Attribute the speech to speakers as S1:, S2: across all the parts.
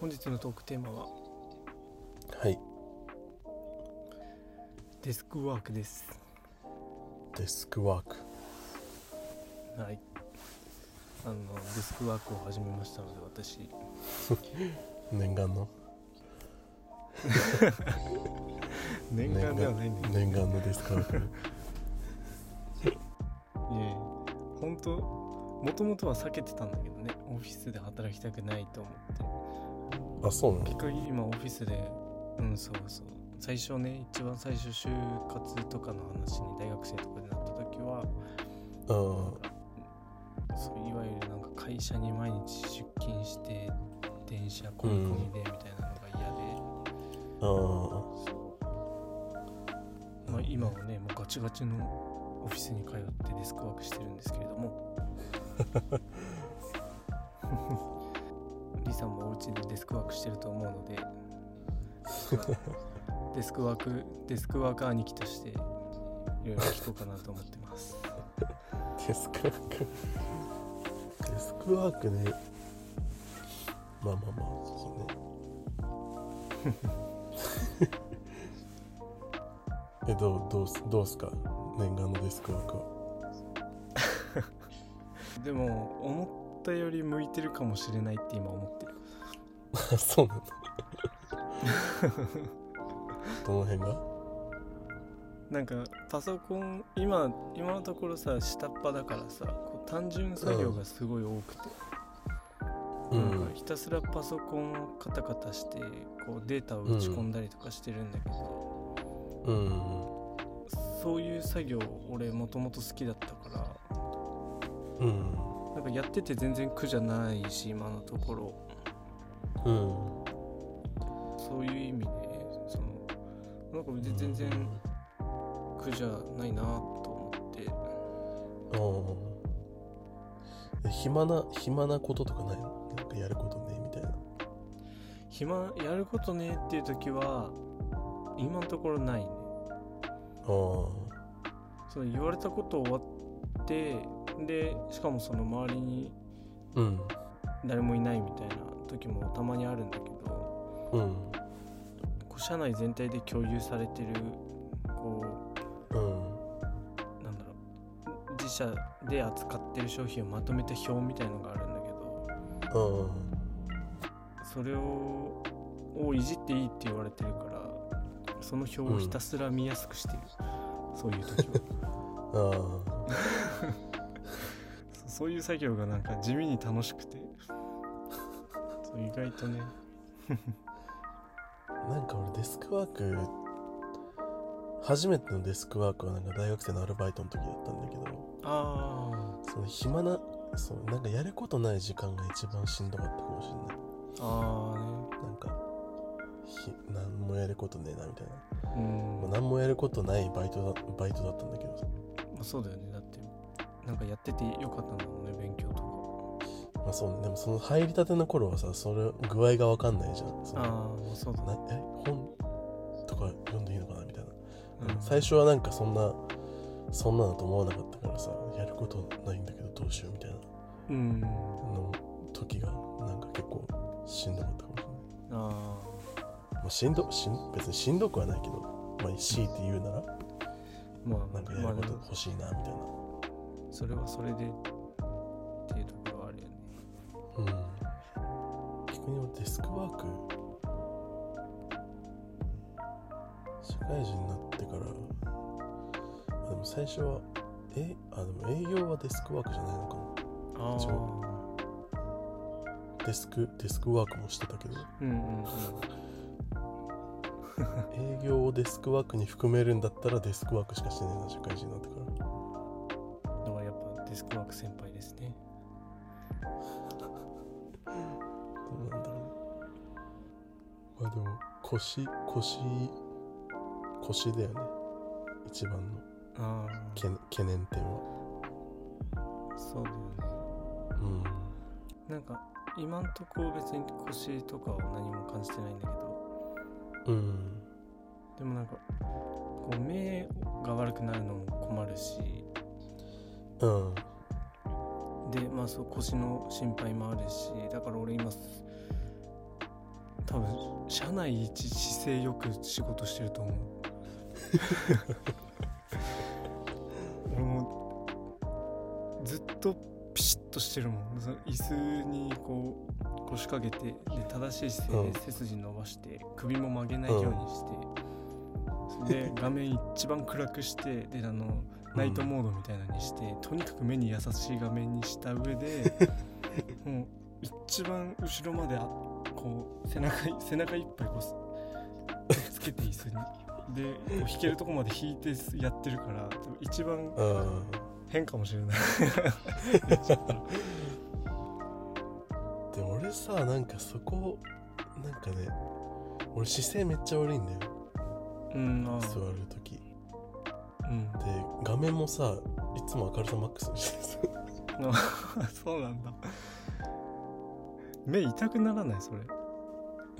S1: 本日のトークテーマは
S2: はい
S1: デスクワークです
S2: デスクワーク
S1: はいあのデスクワークを始めましたので私
S2: 念願の
S1: 念願ではないんだけど
S2: 念願のデスクワー ク
S1: いえ本当もともとは避けてたんだけどねオフィスで働きたくないと思
S2: あそうな
S1: って
S2: の
S1: 結局今オフィスでうんそうそう最初ね一番最初就活とかの話に大学生とかでなった時は
S2: あ
S1: そういわゆるなんか会社に毎日出勤して電車込み込みでみたいなのが嫌で、
S2: ああ
S1: まあ、今はねもうガチガチのオフィスに通ってデスクワークしてるんですけれどもリさんもお家でデスクワークしてると思うのでデスクワークデスクワーク兄貴としていろいろ聞こうかなと思ってます
S2: あデスクワークデスクワークねまあまあまあ そうねえどうどうすどうすか念願のデスクワークは
S1: でも思ったより向いてるかもしれないって今思ってる
S2: あそう なんだどの辺が
S1: なんかパソコン今今のところさ下っ端だからさこう単純作業がすごい多くて、
S2: う
S1: なんか
S2: ん
S1: ひたすらパソコンをカタカタしてこうデータを打ち込んだりとかしてるんだけど、
S2: うん
S1: そういう作業俺もともと好きだったから
S2: うん
S1: なんかやってて全然苦じゃないし今のところ
S2: うん
S1: そういう意味でそのなんか別に全然苦じゃないなと思って
S2: うんえ暇な暇なこととかないのなんかやることねみたいな
S1: 暇やることねっていう時は今のところないね
S2: あ
S1: その言われたこと終わってでしかもその周りに
S2: あうん
S1: 誰もいないみたいな時もたまにあるんだけど
S2: うん
S1: こう社内全体で共有されてるこ
S2: うん
S1: うなんだろう自社で扱ってる商品をまとめた表みたいのがあるんだけど
S2: うん
S1: それををいじっていいって言われてるからその表をひたすら見やすくしてる、そういう時は
S2: ああ
S1: そそういう作業がなんか地味に楽しく てそう意外とね
S2: なんか俺デスクワーク初めてのデスクワークはなんか大学生のアルバイトの時だったんだけど
S1: あー
S2: その暇なそうなんかやることない時間が一番しんどかったかもしれない
S1: あ
S2: なんかひ何もやることねえなみたいな、
S1: ーねうん
S2: まあ、何もやることないバイトだバイトだったんだけどさ、
S1: まあそうだよねだってなんかやっててよかったんだもんね勉強とか
S2: まあ、そうねでもその入りたての頃はさそれ具合が分かんないじゃんそ
S1: あ
S2: の
S1: あーそうだね
S2: なえ本とか読んでいいのかなみたいな、
S1: うん
S2: 最初はなんかそんなそんなのと思わなかったからさやることないんだけどどうしようみたいな
S1: うん
S2: の時がなんか結構しんどかったかもしれない、
S1: あ
S2: まあ、しんどしん別にしんどくはないけどまあ強いて言うなら
S1: あまあ
S2: なんかやること
S1: まあ
S2: 欲しいなみたいな、
S1: それはそれでっていうところはあるよね
S2: うん逆に俺デスクワーク社会人になってからあでも最初はえあでも営業はデスクワークじゃないのか
S1: あ
S2: 一なデスクデスクワークもしてたけど
S1: うんうんうん
S2: 営業をデスクワークに含めるんだったらデスクワークしかしてねえな社会人になってから
S1: だからやっぱデスクワーク先輩ですね
S2: どうなんだろうまあでも腰腰腰だよね一番の
S1: あ
S2: け懸念点は
S1: あそうだよね
S2: うん
S1: なんか今んとこ別に腰とかは何も感じてないんだけど
S2: うん
S1: でもなんかこう目が悪くなるのも困るし
S2: うん
S1: でまあそう腰の心配もあるしだから俺今多分社内一姿勢よく仕事してると 思う俺もずっとピシッとしてるもんその椅子にこう腰掛けてで正しい姿勢
S2: うん
S1: で背筋伸ばして首も曲げないようにして、で画面一番暗くしてであのナイトモードみたいなのにして、とにかく目に優しい画面にした上 でもう一番後ろまであこう背中い背中いっぱいこうすつけて椅子にでこう引けるとこまで引いてやってるから多分一番
S2: うん
S1: 変かもしれない
S2: でも俺さなんかそこなんかね俺姿勢めっちゃ悪いんだよ
S1: うんあ
S2: 座
S1: う、
S2: る時で
S1: うん、
S2: 画面もさいつも明るさマックスにしてさ
S1: あ そうなんだ目痛くならないそれ
S2: う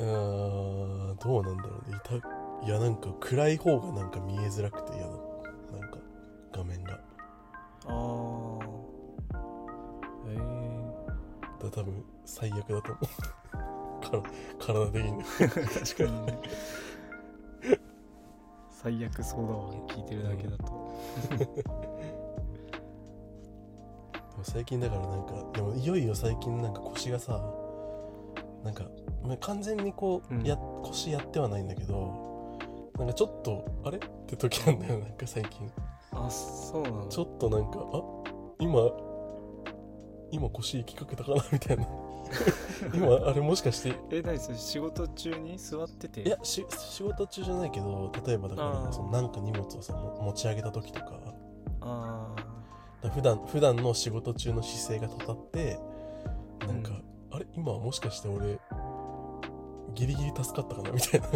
S2: ーんどうなんだろうね痛いやなんか暗い方がなんか見えづらくて嫌だなんか画面が
S1: ああええ
S2: だ多分最悪だと思うから 体的にね
S1: 確かにね最悪そうだわ聞いてるだけだと
S2: でも最近だからなんかでもいよいよ最近なんか腰がさなんかまあ完全にこう、
S1: うん
S2: や腰やってはないんだけどなんかちょっとあれって時なんだよなんか最近
S1: あそうなの
S2: ちょっとなんかあ今今腰行きかけたかなみたい な今あれもしかして
S1: え何それ仕事中に座ってて
S2: いやし仕事中じゃないけど例えばだか
S1: あー
S2: らそのなんか荷物をさも持ち上げた時とかだか
S1: あ
S2: ら普段普段の仕事中の姿勢がたたってなんか、あれ今もしかして俺ギリギリ助かったかな みたいな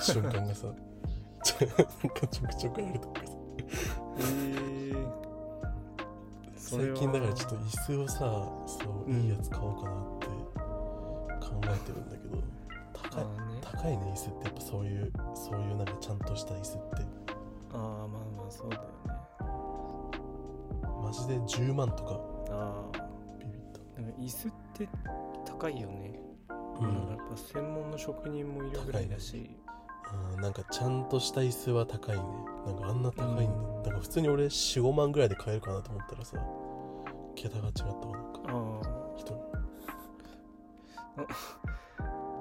S2: 瞬間がさちょなんかちょくちょくあるとかさ
S1: あええそれ
S2: 最
S1: は
S2: 近だからちょっと椅子をさそう
S1: うん
S2: いいやつ買おうかなって考えてるんだけど、
S1: あ
S2: 高い
S1: あね
S2: 高いね椅子ってやっぱそういうそういうなんかちゃんとした椅子って
S1: ああまあまあそうだよね
S2: マジで10万とか
S1: ああ
S2: ビビった
S1: なんか椅子って高いよね、
S2: う
S1: なんか
S2: ん
S1: やっぱ専門の職人もいるぐらいだし
S2: うんなんかちゃんとした椅子は高いねなんかあんな高いんだ、
S1: うん
S2: なんか普通に俺45万ぐらいで買えるかなと思ったらさ桁が違ったわなんか
S1: ああ
S2: 一人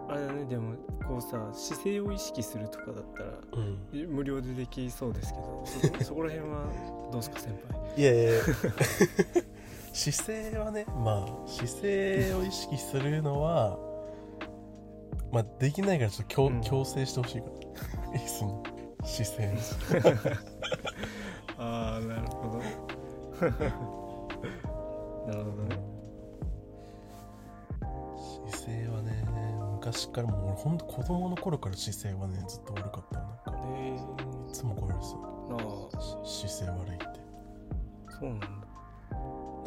S1: あれだねでもこうさ姿勢を意識するとかだったら
S2: うん
S1: い無料でできそうですけどそ こそこら辺はどうすか先輩
S2: いやいやい や姿勢はねまあ姿勢を意識するのはまあできないからちょっと強,、
S1: うん
S2: 強制してほしいから椅子に姿勢に
S1: ああなるほど なるほどね
S2: 姿勢はね昔からもう俺ほんと子供の頃から姿勢はねずっと悪かったのなんか
S1: え
S2: いつもこれさ
S1: ー、ああ
S2: し姿勢悪いって
S1: そうなんだ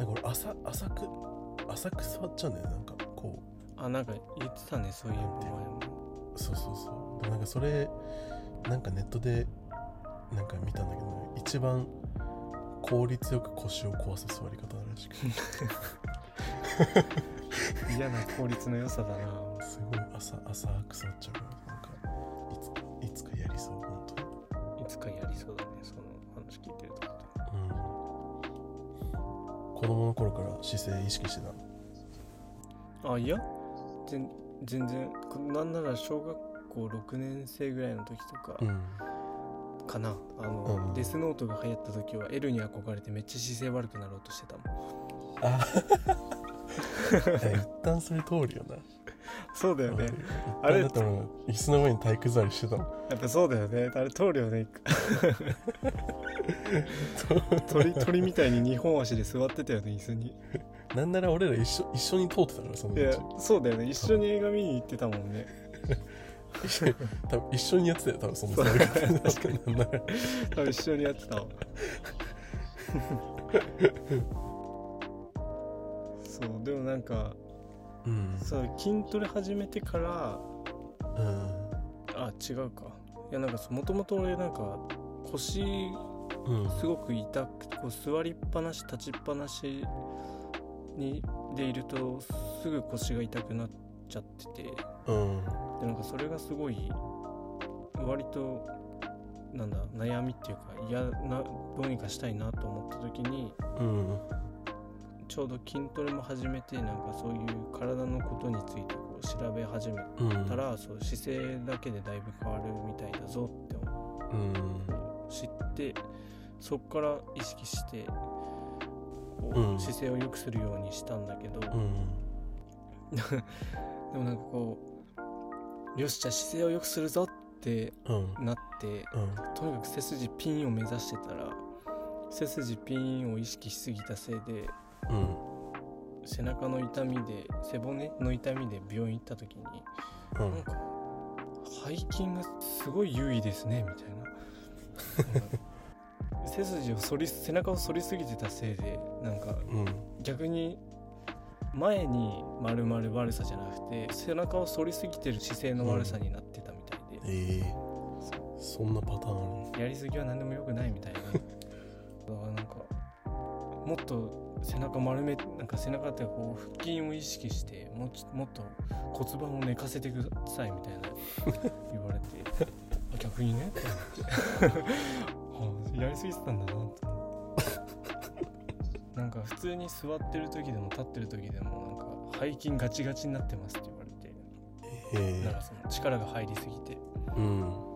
S2: なんか俺浅浅く浅く座っちゃうんだよねなんかこ
S1: あなんか言ってたねそういえば前も
S2: うそうそうそうでもなんかそれなんかネットでなんか見たんだけど一番効率よく腰を壊す座り方らしくて
S1: 嫌な効率の良さだな
S2: すごい浅浅く座っちゃうからなんかいつかいつかやりそう本当に
S1: いつかやりそうだねその話聞いてると
S2: うん子供の頃から姿勢意識してたの
S1: あいやぜん全然こなんなら小学校6年生ぐらいの時とか
S2: うん
S1: かな、あの、
S2: うん
S1: デスノートが流行った時は L に憧れてめっちゃ姿勢悪くなろうとしてたもん
S2: あ一旦それ通るよな
S1: そうだよね
S2: あ
S1: あ
S2: れ
S1: れ
S2: だってもう椅子の上に体育座りしてたもん
S1: やっぱそうだよねあれ通るよね鳥鳥みたいに2本足で座ってたよね椅子に
S2: なんなら俺ら一緒一緒に通ってたからその
S1: い
S2: 道
S1: やそうだよね一緒に映画見に行ってたもんね
S2: 多分一緒にやってたよ多分その
S1: そう
S2: 座り方
S1: 確かに
S2: なんなら
S1: 多分一緒にやってたわそうでもなんか
S2: うん
S1: さ筋トレ始めてからあ違うかいやなんかもともと俺なんか腰
S2: うんうん
S1: すごく痛くてこう座りっぱなし立ちっぱなしにでいるとすぐ腰が痛くなっちゃっててで
S2: うん
S1: なんかそれがすごい割となんだ悩みっていうか嫌などうにかしたいなと思った時に
S2: うん
S1: ちょうど筋トレも始めてなんかそういう体のことについてこう調べ始め
S2: うん
S1: たら、そう姿勢だけでだいぶ変わるみたいだぞって思って
S2: うん
S1: 知ってそこから意識してこう
S2: うん
S1: 姿勢を良くするようにしたんだけど、
S2: う
S1: でもなんかこうよしじゃあ姿勢を良くするぞって
S2: んうん
S1: なって
S2: うん
S1: とにかく背筋ピンを目指してたら背筋ピンを意識しすぎたせいで
S2: うん
S1: 背中の痛みで背骨の痛みで病院行った時に、
S2: う
S1: なん
S2: ん
S1: か背筋がすごい優位ですねみたいななんか背筋を反り背中を反りすぎてたせいでなんか
S2: うん
S1: 逆に前に丸々悪さじゃなくて背中を反りすぎてる姿勢の悪さになってたみたいで、
S2: ええそんなパターンあ
S1: やりすぎは何でもよくないみた いなだからなんかもっと背中丸めなんか背中っていうかこう腹筋を意識してもうちもっと骨盤を寝かせてくださいみたいな言われてあ逆にね と思ってあやりすぎてたんだなと思ってなんか普通に座ってる時でも立ってる時でもなんか背筋ガチガチになってますって言われて
S2: るえ
S1: だからその力が入りすぎて
S2: えうん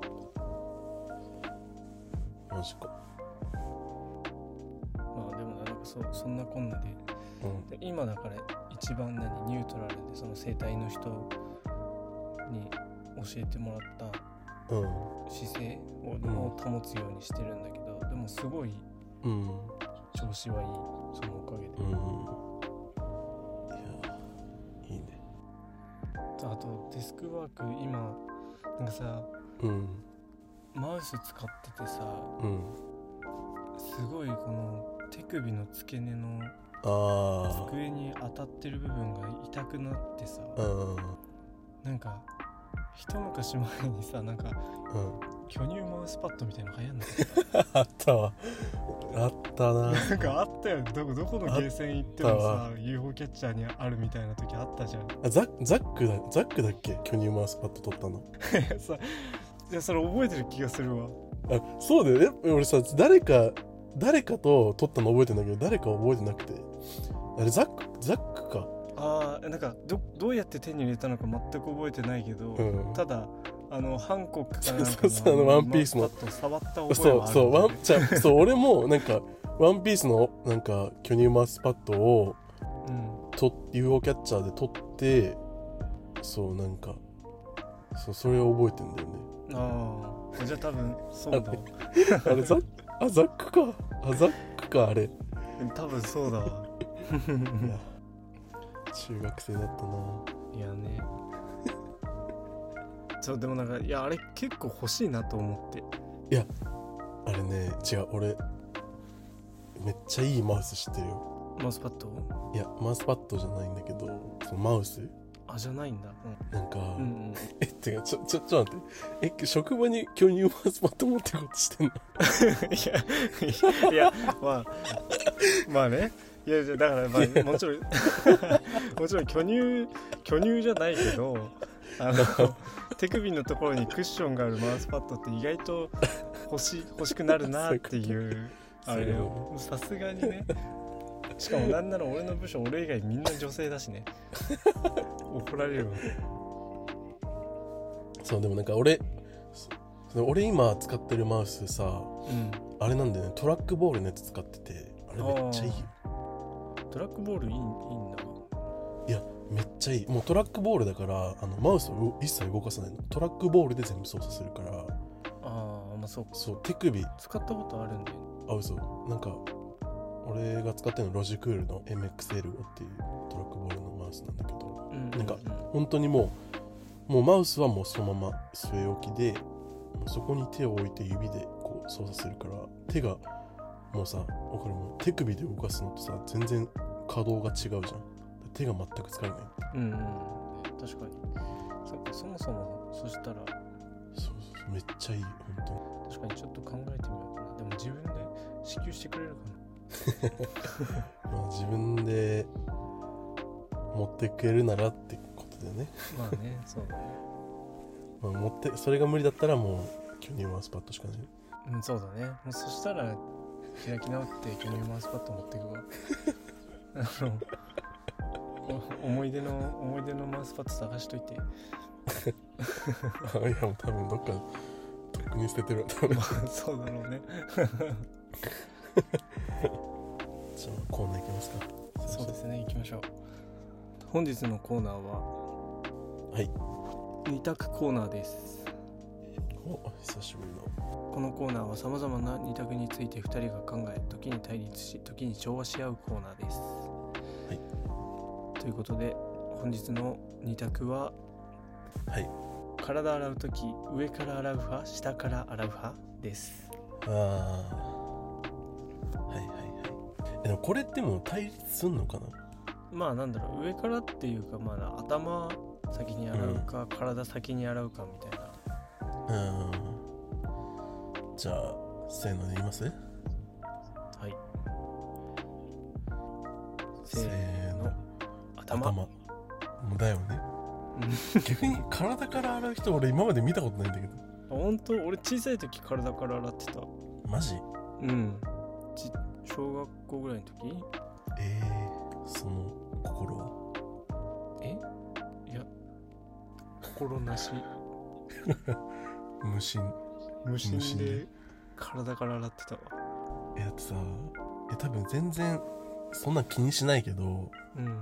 S2: マジか
S1: まあでもなんかそうそんなこんなで
S2: うん
S1: で今だから一番何ニュートラルでその生態の人に教えてもらった
S2: うん
S1: 姿勢を,、
S2: ん
S1: 保つようにしてるんだけどでもすごい
S2: うん
S1: 調子はいいそのおかげで
S2: う、んいやいいね
S1: あとデスクワーク今なんかさ
S2: うん
S1: マウス使っててさ
S2: うん
S1: すごいこの手首の付け根の
S2: あ
S1: 机に当たってる部分が痛くなってさ
S2: あうん
S1: なんか一昔前にさなんか
S2: うん
S1: 巨乳マウスパッドみたいなの流行んなかった
S2: あったわ。あったな。
S1: なんかあったよねどこどこのゲーセン行っても
S2: あ
S1: さ UFO キャッチャーにあるみたいな時あったじゃん
S2: あザザックだ、ザックだっけ巨乳マウスパッド取ったの。
S1: いや さいやそれ覚えてる気がするわ
S2: あ、そうだよね。え俺さ、誰か、誰かと取ったの覚えてんだけど、誰か覚えてなくて。あれ、ザック、ザックか。
S1: あーなんかどどうやって手に入れたのか全く覚えてないけど、
S2: うん。
S1: ただあのハンコックかなんか
S2: そうそうそうあのワンピースの
S1: マウパッド触った覚えはある
S2: そう、そう、ワン、
S1: ん
S2: じゃあそう、俺も、なんか、ワンピースの、なんか、巨乳マウスパッドを、
S1: だよ
S2: と UFO キャッチャーで取って、そう、なんか、そう、それを覚えてんだよね。
S1: ねうん、ああじゃあ多分そうだわ
S2: あれ、ザック、あ、ザックか。あ、ザックか、あれ。
S1: 多分そうだ わ
S2: いや中学生だったない
S1: やねそうでもなんかいやあれ結構欲しいなと思って
S2: あれね違う俺めっちゃいいマウス知ってるよ
S1: マウスパッド
S2: いやマウスパッドじゃないんだけどそのマウス
S1: あじゃないんだ、
S2: なんか、
S1: うん、うんうん
S2: えってかちょちょちょっと待ってえ職場に巨乳マウスパッド持ってこうとしてんの
S1: いや、いや、まあ、まあね。いや、じゃだから、ま あ、もちろん、もちろん、巨乳、巨乳じゃないけど、あ の、手首のところにクッションがあるマウスパッドって意外と欲し欲しくなるなっていう、あれを、さすがにね。しかも、なんなら俺の部署、俺以外みんな女性だし ね。怒られるわ。
S2: そうでもなんか俺そその俺今使ってるマウスさ
S1: うん。
S2: あれなんだよねトラックボールのやつ使っててあれめっちゃいいよ
S1: ドラッグボールいいいいんだわ。
S2: めっちゃいいもうトラックボールだからあのマウスを一切動かさないのトラックボールで全部操作するから
S1: ああまあそうか
S2: そう手首
S1: 使ったことあるんだよね
S2: あ嘘なんか俺が使ってるのロジクールの MXL5 っていうトラックボールのマウスなんだけど
S1: うん
S2: なんか本当にもうもうマウスはもうそのまま据え置きでもうそこに手を置いて指でこう操作するから手がもうさわかるもう手首で動かすのとさ全然可動が違うじゃん手が全く使えない
S1: うん、うんうん、確かにそっかそもそもそしたら
S2: そうそうそうめっちゃいい本当に
S1: 確かにちょっと考えてみようかなでも自分で支給してくれるか
S2: まあ、自分で持ってくれるならってことでね、
S1: なまあねそうだね
S2: まあ、持ってそれが無理だったらもう巨乳マウスパッドしかない
S1: うんそうだねもうそしたら開き直って巨乳マウスパッド持ってくわあのお思い出の思い出のマウスパッド探しといて
S2: あいやもう多分どっかとっくに捨ててる わ多分
S1: まあ そうだろうね
S2: じゃあコーナーいきますか
S1: そうですね行きましょう本日のコーナーは
S2: はい
S1: 二択コーナーです
S2: お久しぶりの
S1: このコーナーはさまざまな二択について2人が考え時に対立し時に調和し合うコーナーです。ということで本日の二択は
S2: はい
S1: 体洗う時上から洗う派下から洗う派です。
S2: あーはいはいはいえでもこれってもう対立すんのかな
S1: まあなんだろう上からっていうかまあ頭先に洗うか、体先に洗うかみたいな。
S2: うーんじゃあせーので言います
S1: はい。せ
S2: せ
S1: ー
S2: ー
S1: の
S2: の
S1: 頭
S2: 頭もうだよね逆に体から洗う人俺今まで見たことないんだけど
S1: 本当俺小さい時体から洗ってた。
S2: マジ
S1: うんち小学校ぐらいの時
S2: えー、その心は
S1: えいや心なし
S2: 無心
S1: 無
S2: 心で
S1: 体から洗ってたわ
S2: えだってさえ多分全然そんな気にしないけど
S1: うん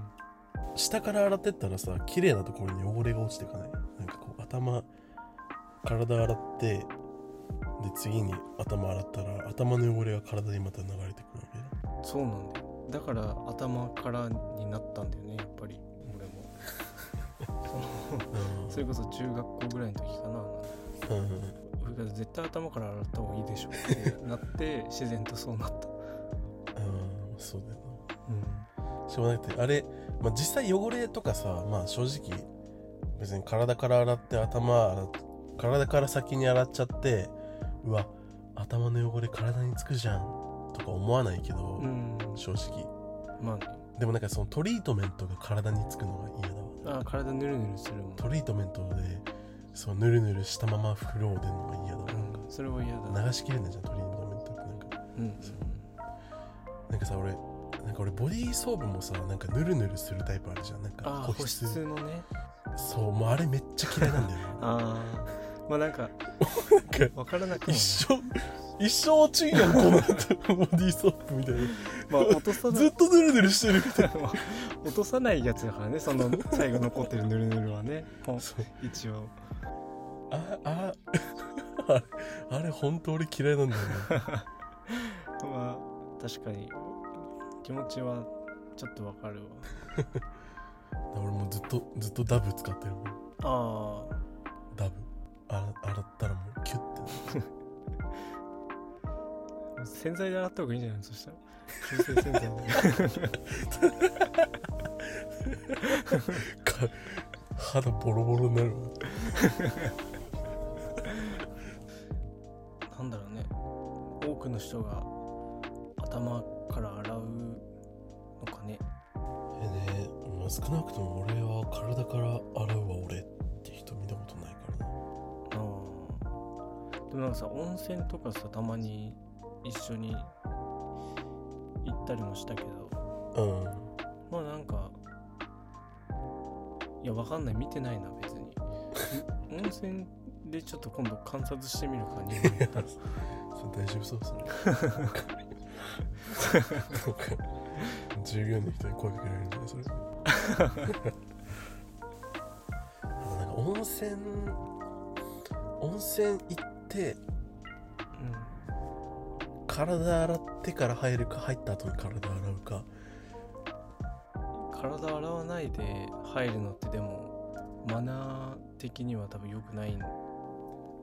S2: 下から洗ってったらさ綺麗なところに汚れが落ちてかないなんかこう頭体洗ってで次に頭洗ったら頭の汚れが体にまた流れてくるわけだ
S1: そうなんだよだから頭からになったんだよねやっぱり俺もそれこそ中学校ぐらいの時かな
S2: うんうん
S1: 俺が絶対頭から洗った方がいいでしょ ってなって自然とそうなった
S2: うんそうだよな
S1: うん
S2: しょうがなくてあれ、まあ、実際汚れとかさまあ正直別に体から洗って頭洗っ体から先に洗っちゃってうわ頭の汚れ体につくじゃんとか思わないけど、
S1: うん
S2: 正直
S1: まあね
S2: でもなんかそのトリートメントが体につくのが嫌だわ
S1: あ体ぬるぬるするもん、
S2: トリートメントでそうぬるぬるしたままフロー出るのが嫌だわなんか
S1: うん、それは嫌だ
S2: 流しきれないじゃんトリートメントってなんか
S1: うん
S2: なんかさ俺なんか俺ボディーソープもさなんかぬるぬるするタイプあるじゃんなんか
S1: ああ保湿のね
S2: そうもうあれめっちゃ嫌いなんだよね
S1: ああまあなんか
S2: なんか
S1: 分からなくもない
S2: 一生一生落ちんやんこの後ボディーソープみたいな
S1: まあ落とさな
S2: ず
S1: い
S2: っとぬるぬるしてる
S1: 落とさないやつだからねその最後残ってるヌルヌル はねもう
S2: そう
S1: 一応
S2: あああれあれ本当俺嫌いなんだよね
S1: まあ確かに気持ちはちょっと分かるわ
S2: 俺もうずっとずっとダブ使ってるもん
S1: あ
S2: ダブあ洗ったらもうキュッて
S1: あ洗剤で洗った方がいいんじゃないそしたら中性洗剤 で
S2: か肌ボロボロになるわ
S1: なんだろうね多くの人が頭から洗うのかね
S2: えねまあ少なくとも俺は体から洗うわ俺って人見たことないからな
S1: ああでもなんかさ温泉とかさたまに一緒に行ったりもしたけど
S2: うん
S1: まあなんかいやわかんない見てないな別に温泉でちょっと今度観察してみるか日本行ったら
S2: それ大丈夫そうそれなんか従業員の人に声かけられるんじゃないそれ温泉温泉行って体洗ってから入るか入った後に体洗うか
S1: 体洗わないで入るのってでもマナー的には多分良くないん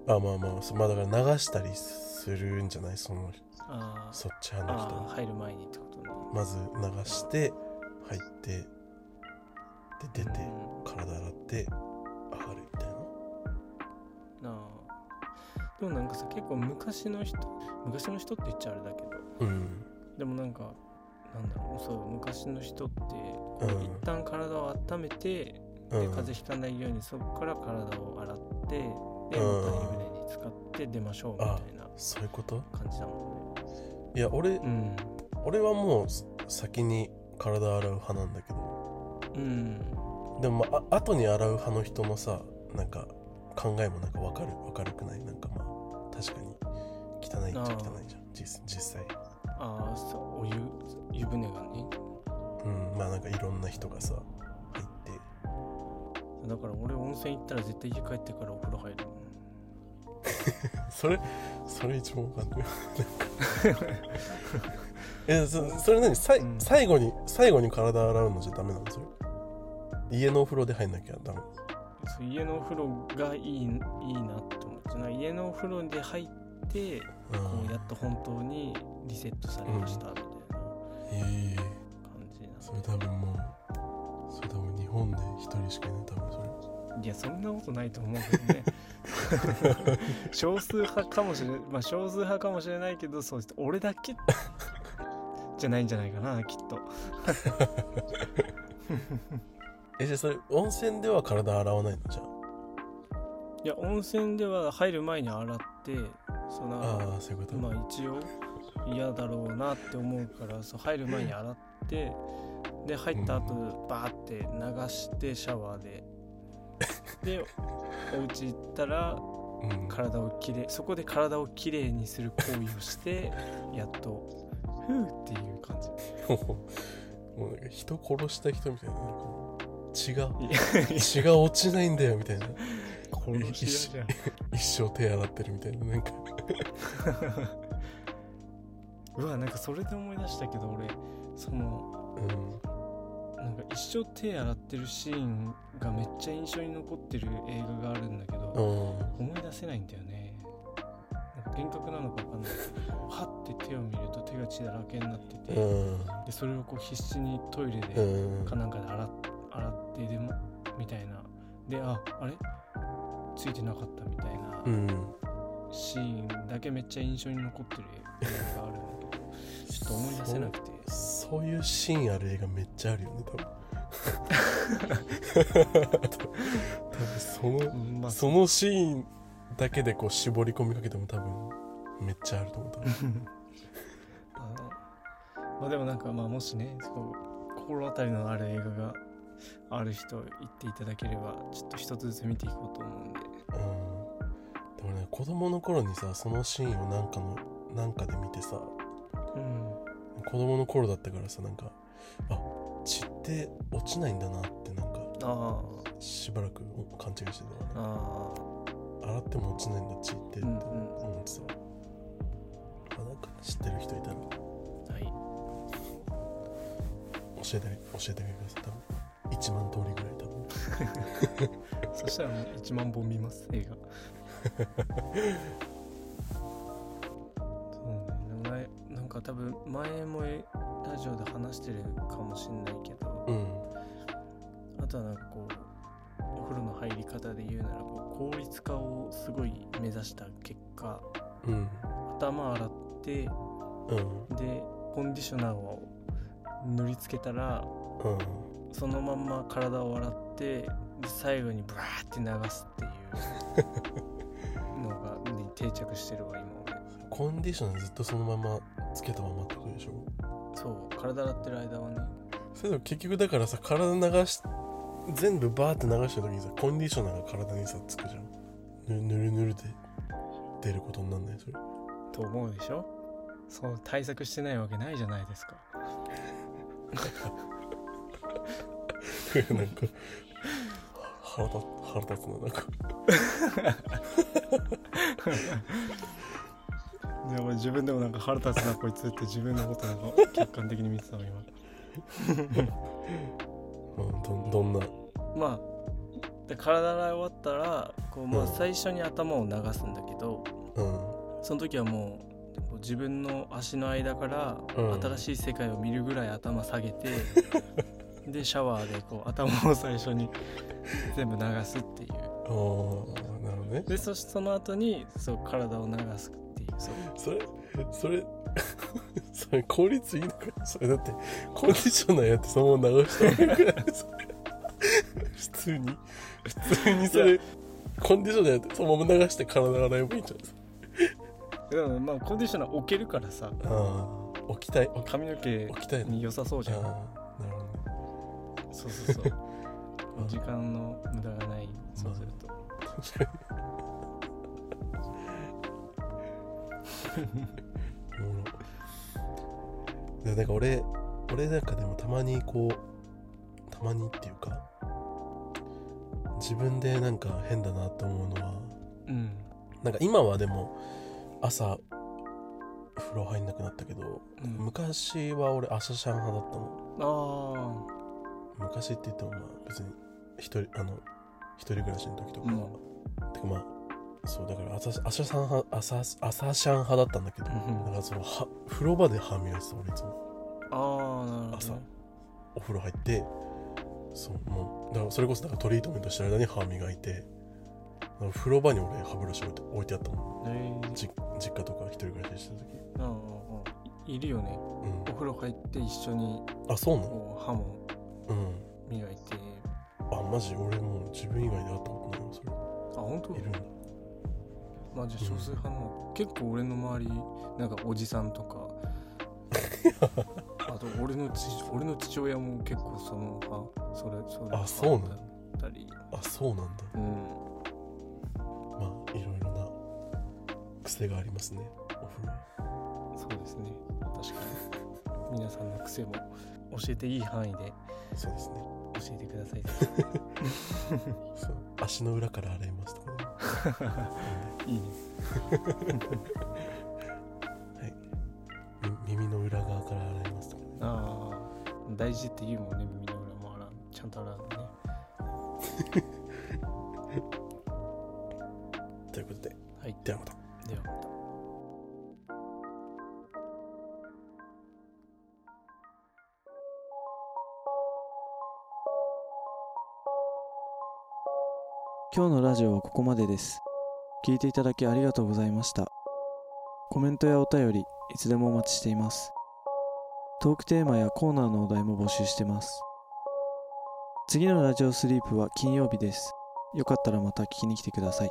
S2: あまあまあそうまあだから流したりするんじゃないその
S1: あー
S2: そっち派の人
S1: あ
S2: は
S1: ー入る前にってことね
S2: まず流して入ってで出て体洗って上がるみたいな
S1: うんなあでもなんかさ結構昔の人昔の人って言っちゃあれだけど
S2: うん
S1: でもなんかなんだろうそう昔の人ってこう
S2: うん
S1: 一旦体を温めて、
S2: うん
S1: で風邪ひかないようにそこから体を洗ってでまた湯
S2: うん
S1: 船に浸かって出ましょうみたいな
S2: そういうこと
S1: 感じだも
S2: いや俺、
S1: んね
S2: 俺はもう先に体洗う派なんだけど
S1: うんうん
S2: でも、まあ、あ後に洗う派の人のさなんか考えもなんか分かる分かるくないなんかまあ確かに汚いっちゃ
S1: あー
S2: 汚いじゃん実実際
S1: ああそうお湯湯船がね
S2: うんまあなんかいろんな人がさ入って
S1: だから俺温泉行ったら絶対家帰ってからお風呂入るもん
S2: それそれ一番分かんない なんかえそそれ何さい、
S1: うん
S2: 最後に最後に体洗うのじゃダメなのそれ家のお風呂で入んなきゃダメ
S1: そう家のお風呂がいいいいなって思ってな家のお風呂で入ってこうやっと本当にリセットされましたみたいな
S2: うんええ
S1: 感じなんで
S2: それ多分もうそれ多分日本で一人しかいない多分それ
S1: いやそんなことないと思うけどね 少数派かもしれないまあ少数派かもしれないけどそうです俺だけじゃないんじゃないかなきっと
S2: えじゃあそれ温泉では体洗わないのじゃ
S1: いや温泉では入る前に洗ってそ
S2: あ
S1: の
S2: ああーそういうこと、
S1: まあ一応嫌だろうなって思うからそう入る前に洗ってで入った後バーって流してシャワーででお家行ったら
S2: うん、
S1: 体をきれいそこで体をきれいにする行為をして やっとふうっていう感じ
S2: もうもうなんか人殺した人みたいななんかもう血が
S1: いや
S2: 血が落ちないんだよみたいな
S1: 殺し屋じ
S2: 一生手洗ってるみたいななんか
S1: ゃんうわなんかそれで思い出したけど俺その
S2: うん
S1: なんか一生手洗ってるシーンがめっちゃ印象に残ってる映画があるんだけど、
S2: うん
S1: 思い出せないんだよねなんか幻覚なのか分かん ないけどはって手を見ると手が血だらけになってて、
S2: うん
S1: でそれをこう必死にトイレで
S2: うん
S1: かなんかで洗っ洗ってでもみたいなでああれついてなかったみたいな
S2: うん
S1: シーンだけめっちゃ印象に残ってる映画があるんだけどちょっと思い出せなくて
S2: そそういうシーンある映画めっちゃあるよね多分多分その
S1: うんまあ
S2: そのシーンだけでこう絞り込みかけても多分めっちゃあると思う多分
S1: あまあでもなんかまあもしねこう心当たりのある映画がある人言っていただければちょっと一つずつ見ていこうと思うんで
S2: うんでもね子供の頃にさそのシーンをなんかのなんかで見てさ
S1: うん
S2: 子供の頃だったからさなんかあ血って落ちないんだなってなんか
S1: あ
S2: しばらく勘違いしてた
S1: あ
S2: から
S1: あ
S2: ね洗っても落ちないんだ血ってって
S1: うんうん
S2: 思ってさ、あなんか知ってる人いたら教
S1: あはい
S2: えて教えてあげてください多分1万通りぐらい多分
S1: そしたらもう1万本見ます映画そうねでも前なんか多分前もえラジオで話してるかもしんないけど
S2: うん
S1: あとはなんかこうお風呂の入り方で言うならこう効率化をすごい目指した結果
S2: うん
S1: 頭洗ってで
S2: うん
S1: コンディショナーを塗りつけたら
S2: うん
S1: そのまんま体を洗ってで最後にブワーって流すっていうのが、ね、定着してるわ今
S2: コンディショナーずっとそのままつけたままってことでしょ
S1: 俺そう体洗ってる間はね
S2: それでも結局だからさ体流し全部バーって流した時にさコンディショナーが体にさつくじゃんぬぬるぬるで出ることになんないそれ
S1: と思うでしょそう対策してないわけないじゃないですか
S2: なんか腹立腹腹立つななんか
S1: で俺自分でもなんか腹立つなこいつって自分のことなんか客観的に見てたわ今
S2: うんどんどんな
S1: まあで体洗い終わったらこう、ま
S2: う
S1: あ、
S2: ん
S1: 最初に頭を流すんだけど、
S2: うん
S1: その時はもうこう自分の足の間から
S2: うん
S1: 新しい世界を見るぐらい頭下げて、 でシャワーでこう頭を最初に全部流すっていう
S2: ああなるほどね
S1: でそしその後にそう体を流すっていうそう
S2: それそれ それ効率いいのかそれだってコンディショナーやってそのまま流したらいいくらいです普通に普通にそ
S1: い
S2: れコンディショナーやってそのまま流して体洗えばいいんじゃないですか
S1: でもまあコンディショナー置けるからさ
S2: ああ起きたい起
S1: 髪の毛
S2: き起きたいの
S1: に良さそうじ
S2: あ
S1: ゃん
S2: あなるほどね
S1: そうそうそう
S2: うん
S1: 時間の無駄がないそうすると
S2: おもろでもなんか俺俺なんかでもたまにこうたまにっていうか自分でなんか変だなと思うのは
S1: うん
S2: なんか今はでも朝風呂入んなくなったけど
S1: うん
S2: 昔は俺朝シャン派だったの
S1: ああ
S2: 昔って言ってもまあ別に一人あの一人暮らしの時とか、てかまあそうだから朝朝シャン派朝朝シャン派だったんだけど、
S1: うん
S2: だからそのは風呂場で歯磨きする俺いつも
S1: ああなるほど
S2: 朝
S1: ね
S2: お風呂入ってそうもうだからそれこそなんかトリートメントしてる間に歯磨いてあの風呂場に俺歯ブラシ置いて置いてあったの
S1: えー
S2: じ実家とか一人暮らししてた時
S1: うんうんうんいいるよねお
S2: う
S1: 風呂入って一緒に
S2: んあそうなの
S1: こう歯も
S2: うん
S1: 磨いて
S2: あマジ俺もう自分以外で会ったことないわそ
S1: あ本当
S2: れいるんだ
S1: まあじゃあ少数派の結構俺の周りなんかおじさんと かあと俺の父俺の父親も結構その派それそれ
S2: あそうなの
S1: だったり
S2: あそうなんだ
S1: うん
S2: まあいろいろな癖がありますねお風呂
S1: そうですね確かに皆さんの癖も教えていい範囲で
S2: そうですね
S1: 教えてください
S2: そう足の裏から洗いますとかね
S1: いいね
S2: み耳の裏側から洗いますとかね
S1: ああ大事って言うもんね耳の裏も洗うちゃんと洗うのね
S2: ということで
S1: はい
S2: ではまた
S1: では
S3: 今日のラジオはここまでです聞いていただきありがとうございましたコメントやお便りいつでもお待ちしていますトークテーマやコーナーのお題も募集してます次のラジオスリープは金曜日ですよかったらまた聞きに来てください